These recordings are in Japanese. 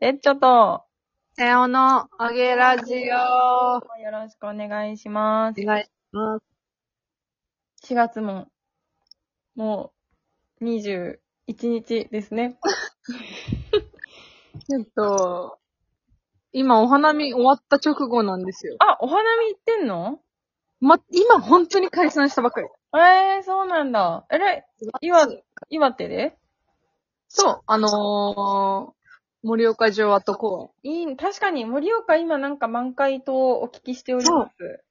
ペッチョと、さよの、あげラジオ。およろしくお願いします。願いします。 4月も、もう、21日ですね。えっと、今お花見終わった直後なんですよ。あ、お花見行ってんのま、今本当に解散したばかり。ええー、そうなんだ。えらい、岩、岩手でそう、あのー、盛岡城跡公園。いい、確かに盛岡今なんか満開とお聞きしております。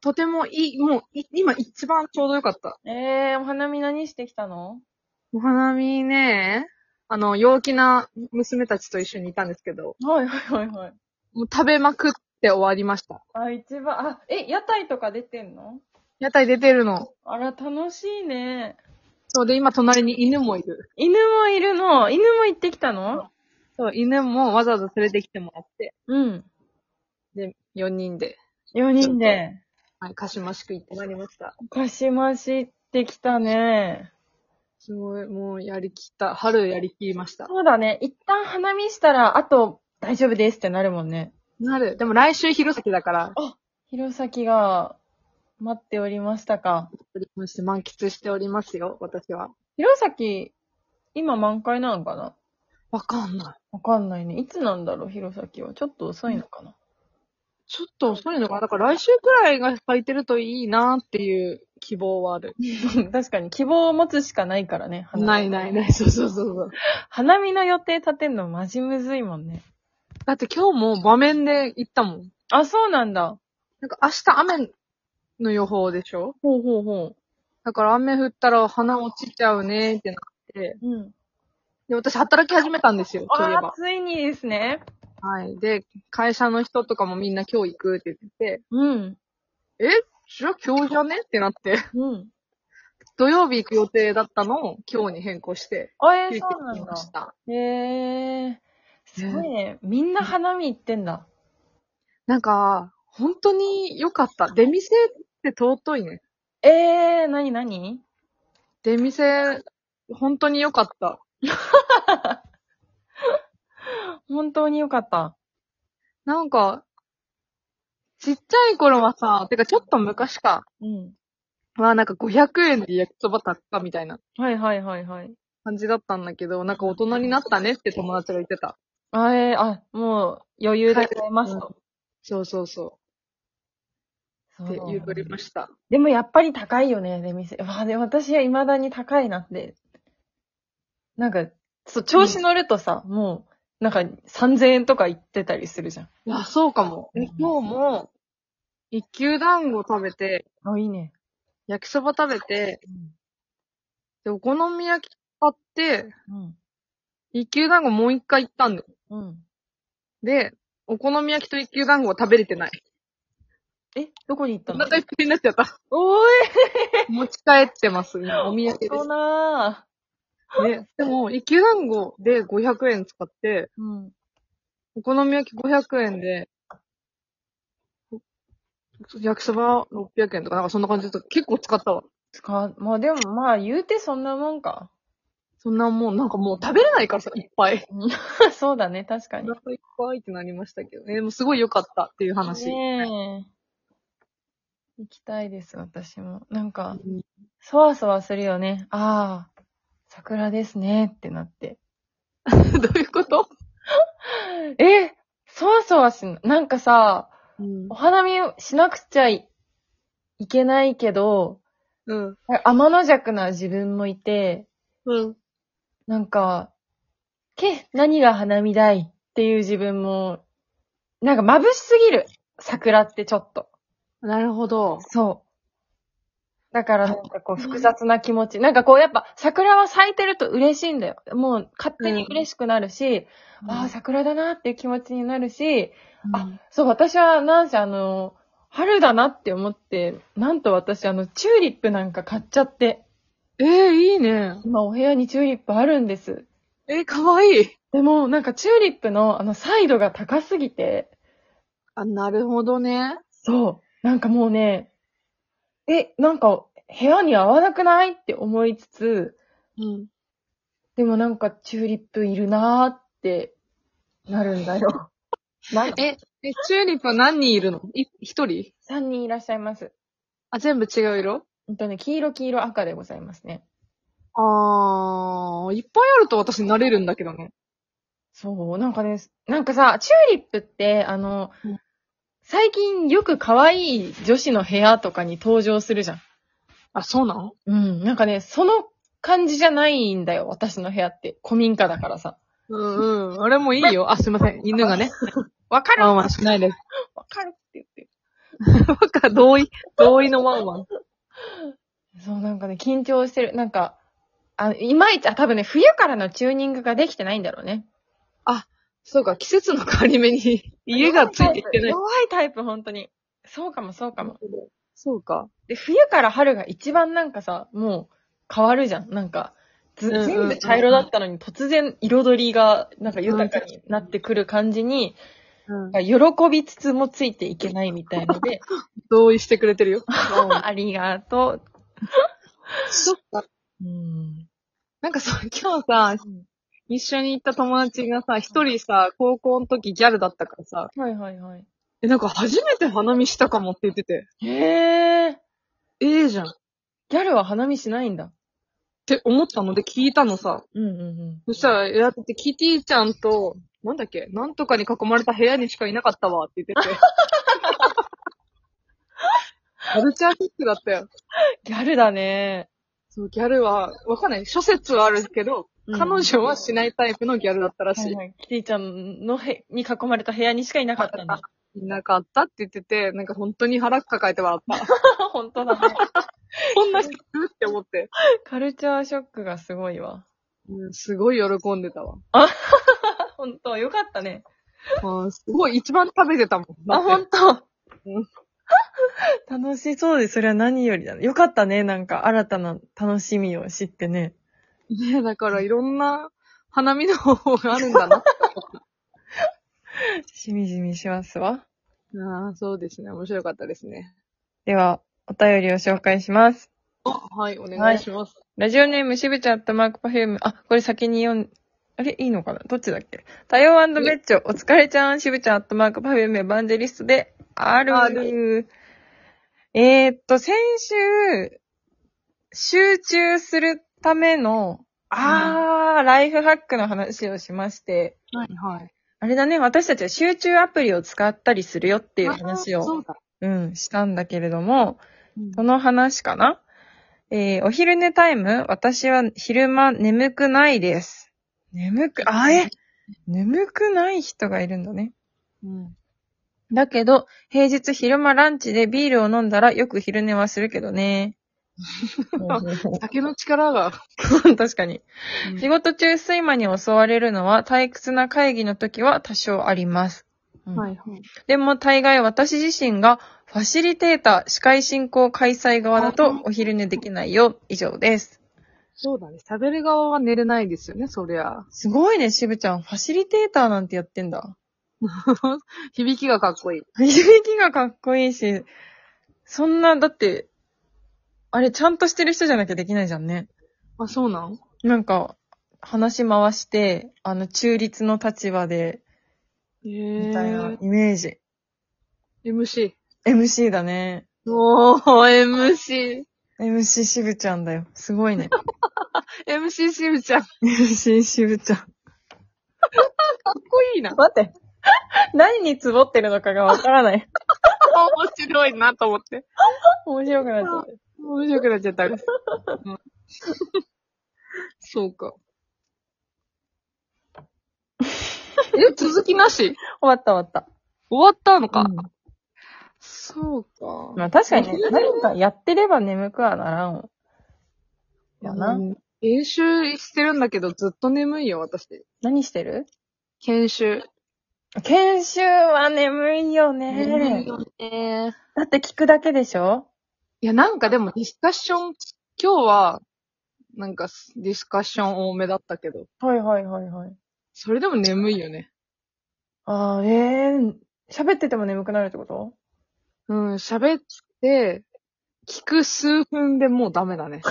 とてもいい、もう、い今一番ちょうどよかった。ええー、お花見何してきたのお花見ね、あの、陽気な娘たちと一緒にいたんですけど、はいはいはいはい。もう食べまくって終わりました。あ、一番、あ、え、屋台とか出てんの屋台出てるの。あら、楽しいね。そうで、今隣に犬もいる。犬もいるの犬も行ってきたのそう、犬もわざわざ連れてきてもらって、うん。で、4人で、 4人で。はい、かしましく行ってまいりました。かしましってきたね。すごい、もうやりきった。春やりきりました。そうだね。一旦花見したら、あと、大丈夫ですってなるもんね。なる。でも来週弘前だから、弘前が、待っておりましたか。そして満喫しておりますよ、私は。弘前、今満開なのかなわかんない。わかんないね。いつなんだろう、弘前は。ちょっと遅いのかな。 ちょっと遅いのかなだから来週くらいが咲いてるといいなっていう希望はある。確かに、希望を持つしかないからね。花見ないないない、そうそうそうそう。花見の予定立てんのマジむずいもんね。だって今日も場面で行ったもん。あ、そうなんだ。なんか明日雨の予報でしょほうほうほだから雨降ったら花落ちちゃうねってなって、う。うん。で、私働き始めたんですよ、そういえあば、。ついにですね。はい。で、会社の人とかもみんな今日行くって言ってて、うん。えじゃあ今日じゃねってなって、 うん。土曜日行く予定だったのを今日に変更して、あ、えー急遽そうな行きんだま。した。へえ。すごいね。みんな花見行ってんだ。なんか、本当に良かった。出店って尊いね。ええー、なになに出店、本当に良かった。本当によかった。なんか、ちっちゃい頃はさ、てかちょっと昔か、うん。はなんか500円で焼きそばたったみたいなはいはいはいはい。感じだったんだけど、なんか大人になったねって友達が言ってた。あ、えー、あ、もう余裕で買えますと。そうそうそ。そううって言うとりました。でもやっぱり高いよね、出店。わあで私は未だに高いなって。なんか、そう、調子乗るとさ、もう、なんか3000円とか言ってたりするじゃん。いや、そうかも。うんえ今日も、一級団子食べて、あ、いいね。焼きそば食べて、で、お好み焼き買って、うん。一級団子もう一回行ったんだよ。うん。で、お好み焼きと一級団子は食べれてない。え、どこに行ったおの腹いっぱいになっちゃった。 おーい持ち帰ってます、今お土産で大人す。ね、でも、一級団子で500円使って、うん。お好み焼き500円で、焼きそば600円とか、なんかそんな感じだった。結構使ったわ。使う、まあでもまあ言うてそんなもんか。 そんなもん、なんかもう食べれないからさ、いっぱい。そうだね、確かにお。腹いっぱいってなりましたけどね。でもすごい良かったっていう話。ねえ。行きたいです、私も。なんか、うんそわそわするよね。ああ、桜ですね、ってなって。どういうこと、え、そわそわしん、なんかさ、お花見しなくちゃいいけないけど、うん。天の弱な自分もいて、うん。なんか、け、何が花見だいっていう自分も、なんか眩しすぎる。桜ってちょっと。なるほど。そう。だからなんかこう複雑な気持ち。なんかこうやっぱ桜は咲いてると嬉しいんだよ。もう勝手に嬉しくなるし、ああ、桜だなっていう気持ちになるし、あ、そう、私はなんせあの、春だなって思って、なんと私あの、チューリップなんか買っちゃって、ええいいね。今お部屋にチューリップあるんです。えー、かわいい。でも、なんかチューリップのあのサイドが高すぎて、あ、なるほどね。そう、なんかもうね、え、なんか部屋に合わなくないって思いつつ、うん。でもなんかチューリップいるなーってなるんだ よ。なんえ、え、チューリップは何人いるのい一人 ?3 人いらっしゃいます。あ、全部違う色うんとね、黄色、黄色、赤でございますね。あー、いっぱいあると私なれるんだけどね。そう、なんかね、なんかさ、チューリップって、あの、うん最近よく可愛い女子の部屋とかに登場するじゃん。あ、そうなのうん、なんかね、その感じじゃないんだよ、私の部屋って。古民家だからさ。うんうん。あれもいいよ。あ、すいません。犬がね。わかるワンワンしないです。 わかるって言って。なんか同意、同意のワンワン。そう、なんかね、緊張してる。なんか、あいまいち、あ、多分ね、冬からのチューニングができてないんだろうね。そうか、季節の変わり目に家がついていってない。弱いタイプ、本当に。そうかも、そうかも。そうか。で、冬から春が一番なんかさ、もう変わるじゃん。なんか、ずうんうんうん全部茶色だったのに突然彩りがなんか豊かになってくる感じに、うん。喜びつつもついていけないみたいので、同意してくれてるよ。ワンワン ありがと そっか。う。うん。なんかそう、今日さ、一緒に行った友達がさ、一人さ、高校の時ギャルだったからさ、はいはいはい。え、なんか初めて花見したかもって言ってて、へえ。ええじゃん。っギャルは花見しないんだ。て思ったので聞いたのさ。うんうんうん。そしたら、えだってキティちゃんと、なんだっけ、なんとかに囲まれた部屋にしかいなかったわって言ってて。 カルチャーキックだったよ。ギャルだね。そう、ギャルは、わかんない。諸説はあるけうど、ん彼女はしないタイプのギャルだったらしはいい。はい。キティちゃんのへに囲まれた部屋にしかいなかったんだ。いなかったって言ってて、なんか本当に腹抱えて笑った。 本当だね。こんな人いるって思って。 カルチャーショックがすごいわ。うん、すごい喜んでたわ。本当よかったね。あーすごい、一番食べてたもん。だあ、って本当う楽しそうで、それは何よりだね。よかったね、なんか新たな楽しみを知ってね。ねだからいろんな花見の方法があるんだな。しみじみしますわ。ああ、そうですね。面白かったですね。では、お便りを紹介します。はい、お願いします。ラジオネームしぶちゃんとマークパフューム。あ、これ先に読ん、あれいいのかなどっちだっけ多様ベッチョ、お疲れちゃん、しぶちゃん、アットマーク、パフェメ、エヴァンジェリストで、ある。あえーっと、先週、集中するための、あー、ライフハックの話をしまして、はい、はい。あれだね、私たちは集中アプリを使ったりするよっていう話あーそを、うだ。うん、したんだけれども、うんその話かなえー、お昼寝タイム私は昼間眠くないです。眠く、あえ眠くない人がいるんだね。うん。だけど、平日昼間ランチでビールを飲んだらよく昼寝はするけど ね。酒の力が。確かに。うん仕事中睡魔に襲われるのは退屈な会議の時は多少あります。うんはい、はい。でも大概私自身がファシリテーター、司会進行開催側だとお昼寝できないよ。以上です。そうだね。喋る側は寝れないですよね、そりゃ。すごいね、しぶちゃん。ファシリテーターなんてやってんだ。 響きがかっこいい。響きがかっこいいし、そんな、だって、あれ、ちゃんとしてる人じゃなきゃできないじゃんね。あ、そうなんなんか、話回して、あの、中立の立場で、えみたいなえ。イメージ。 MC。 MC だね。おー、MC。 MC しぶちゃんだよ。すごいね。 MC しぶちゃん。か MC しぶちゃん。っこいいな。待って。 何にツボってるのかがわからない。 面白いなと思って。面白くなっちゃった。面白くなっちゃった。そうか。 え、続きなし終わった終わった。終わったのか、うんそうか。まあ確かにね、何かやってれば眠くはならん。やな。うん練習してるんだけど、ずっと眠いよ、私。何してる研修。研修は眠いよね。よね。だって聞くだけでしょいや、なんかでもディスカッション、今日は、なんかディスカッション多めだったけど、はいはいはいはい。それでも眠いよね。ああ、ええ喋ってても眠くなるって ことうん、喋って、聞く数分でもうダメだね。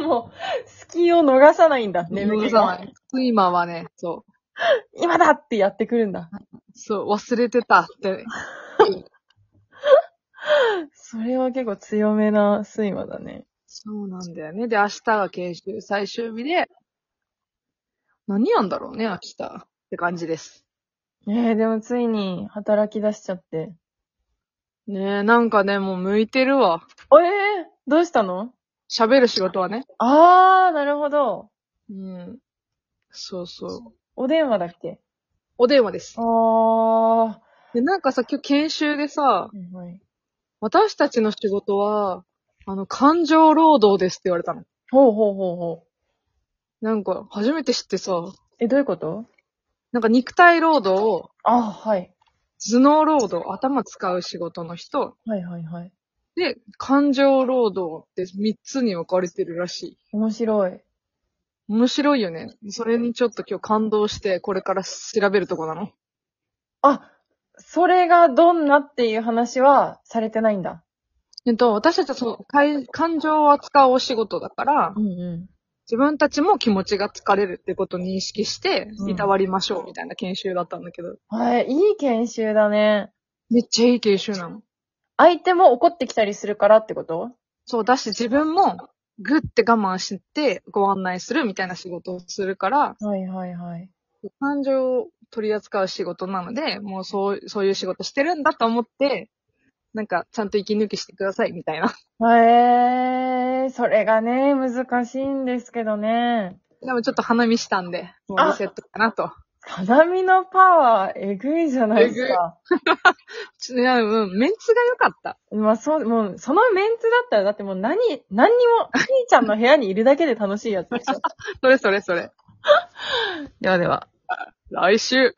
もう、隙を逃さないんだ、眠気さが。今はね、そ今だってやってくるんだ。そう、忘れてたって。それは結構強めな睡魔だね。そうなんだよね。で、明日が研修最終日で、何やんだろうね、秋田。って感じです。ええでもついに働き出しちゃって。ねえ、なんかね、もう向いてるわ。ええどうしたの喋る仕事はね。あー、なるほど。うん。そうそう。お電話だっけお電話ですあ。ー。で、なんかさ、今日研修でさ、はい。私たちの仕事は、あの、感情労働ですって言われたの。ほうほうほうほなんか、初めて知ってさ、う。え、どういうことなんか肉体労働を、あはい。頭脳労働、頭使う仕事の人、はいはいはい。で、感情労働って3つに分かれてるらしい。面白い。面白いよね。それにちょっと今日感動して、これから調べるとこなの。あ、それがどんなっていう話はされてないんだ。えっと、私たちはその、感感情を扱うお仕事だから、んう自分たちも気持ちが疲れるってことを認識してう、んいたわりましょうみたいな研修だったんだけど、ん。はい、いい研修だね。めっちゃいい研修なの。相手も怒ってきたりするからってことそう、だし自分も、ぐって我慢してご案内するみたいな仕事をするから、はいはいはい。感情を取り扱う仕事なので、もうそう、そういう仕事してるんだと思って、なんか、ちゃんと息抜きしてくださいみたいな。へえー、それがね、難しいんですけどね。でもちょっと花見したんで、もうリセットかなと。鏡のパワー、えぐいじゃないですか。ちいや、うん、メンツが良かった。まあ、そう、もう、そのメンツだったら、だってもう何、何にも、兄ちゃんの部屋にいるだけで楽しいやつでしょ。それそれそれ。ではでは。来週。